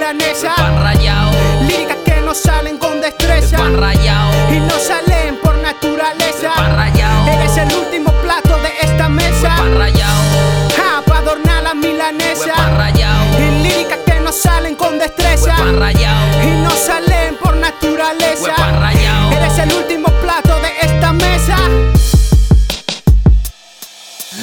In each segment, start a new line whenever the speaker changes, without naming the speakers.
Pan rayao,
Líricas que no salen con destreza
pan rayao,
y no salen por naturaleza.
pan rayao,
Eres el último plato de esta mesa
pan rayao,
ja, pa' adornar la
pan
milanesa.
rayao,
Y líricas que no salen con destreza
pan rayao,
y no salen por naturaleza.
pan rayao.
Eres el último plato de esta mesa.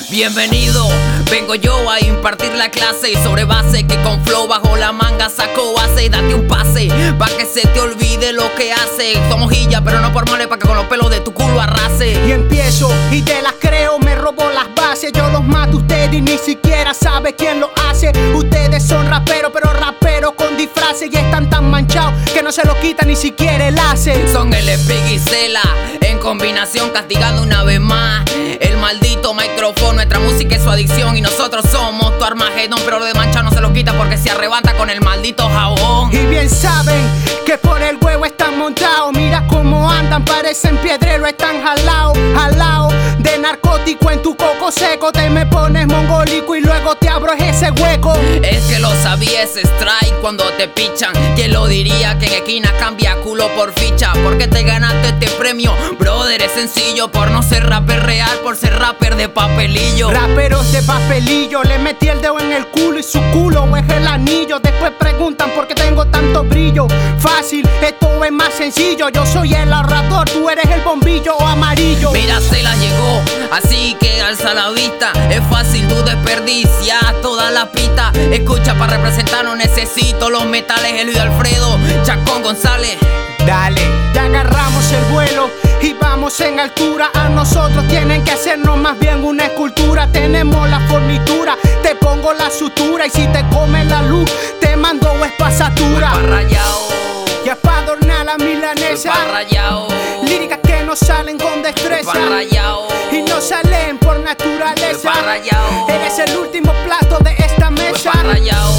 Bienvenido, vengo yo a impartir la clase sobre base que con flow bajo la manga saco hace date un pase pa que se te olvide lo que hace. Somos hilla, pero no por mole pa que con los pelos de tu culo arrase.
Y empiezo y te las creo, me robo las bases. Yo los mato a ustedes y ni siquiera sabe quién lo hace. Ustedes son raperos, pero raperos con disfraces y están tan manchados que no se lo quita ni siquiera el hace.
Son el Spig y Cela en combinación castigando una vez más el maldito micrófono. Nuestra música es su adicción y nosotros somos tu armagedón, pero lo de mancha no se los quita porque se arrebata con el maldito jabón.
Y bien saben que por el huevo están montados. Mira cómo andan, parecen piedrero, están jalao, jalao. De narcótico en tu coco seco, te me pones mongolico y luego te abro ese hueco.
Es que lo sabía ese strike cuando te pichan. ¿Quién lo diría que en esquina cambia culo por ficha? Porque te ganaste este premio, brother. Es sencillo por no ser rapper real, por ser rapper de papelillo.
Raperos de papelillo, le metí el dedo en el culo y su culo es el anillo. Después preguntan por qué tengo tanto brillo. Fácil, esto es más sencillo. Yo soy el ahorrador, tú eres el bombillo amarillo.
Mira, se la llegó, así que alza la vista. Es fácil, tú desperdicias toda la pista. Escucha, para representar no necesito los metales. Elio y Alfredo, Chacón González.
Dale, ya agarramos el vuelo y vamos en altura. A nosotros tienen que hacernos más bien una escultura. Tenemos la fornitura, te pongo la sutura y si te come la luz, te mando es pasatura.
Pan rayao,
Ya pa' adornar la milanesa.
pan rayao,
Líricas que no salen con destreza
pan rayao.
y no salen por naturaleza.
Pan rayao.
Eres el último plato de esta mesa.
Pan rayao,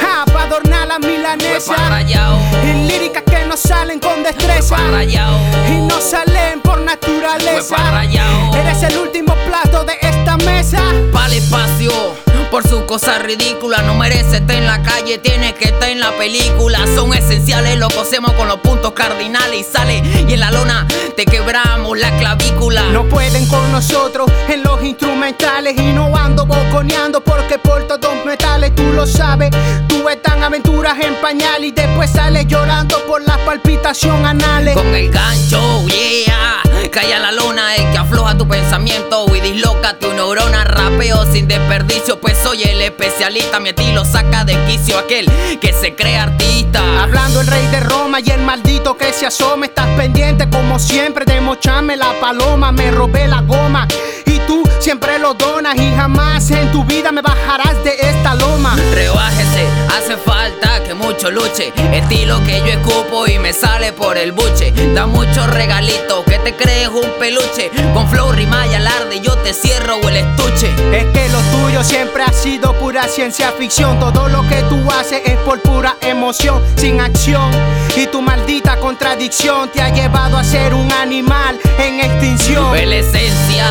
Ja, pa' adornar la milanesa.
pan rayao,
Y líricas que no salen con destreza
pan rayao,
y no salen por
pan
naturaleza.
rayao.
Eres el último plato de esta mesa.
Pa'l espacio. Por su cosa ridícula, no merece estar en la calle, tiene que estar en la película. Son esenciales, lo cosemos con los puntos cardinales y sale. Y en la lona te quebramos la clavícula.
No pueden con nosotros en los instrumentales y no ando boconeando porque porto dos metales, tú lo sabes. Tuve tan aventuras en pañal y después sales llorando por la palpitación anales.
Con el gancho, yeah. Calla la lona, el que afloja tu pensamiento y disloca tu neurona. Rapeo sin desperdicio, pues soy el especialista. Mi estilo saca de quicio aquel que se cree artista.
Hablando el rey de Roma y el maldito que se asome, estás pendiente como siempre de mocharme la paloma, me robé la goma y tú siempre lo donas y jamás en tu vida me bajarás de esta loma.
Rebájese, hace falta que mucho luche. Estilo que yo escupo y me sale por el buche. Da muchos regalitos, que te crees un peluche. Con flow, rima y alarde, yo te cierro el estuche.
Es que lo tuyo siempre ha sido pura ciencia ficción. Todo lo que tú haces es por pura emoción, sin acción. Y tu maldita contradicción te ha llevado a ser un animal en extinción.
Ve la esencia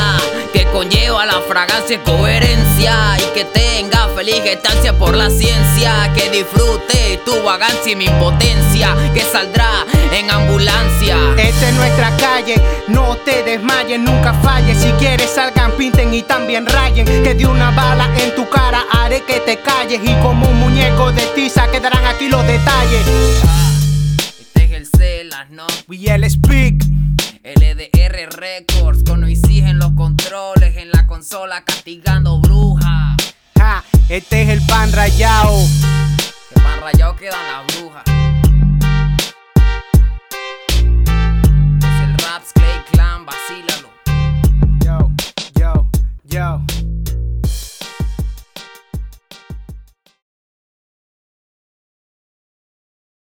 que conlleva la fragancia y coherencia. Y que tenga feliz gestancia por la ciencia. Que disfrute tu vagancia y mi impotencia. Que saldrá en ambulancia.
Esta es nuestra calle, no te desmayes, nunca falles. Si quieres salgan, pinten y también rayen. Que de una bala en tu cara haré que te calles. Y como un muñeco de tiza quedarán aquí los detalles.
Este es el Celas, ¿no?
We el speak.
LDR Records con Oisig en los controles, en la consola castigando bruja.
Ja, este es el pan rayado.
Que pan rayado quedan las brujas.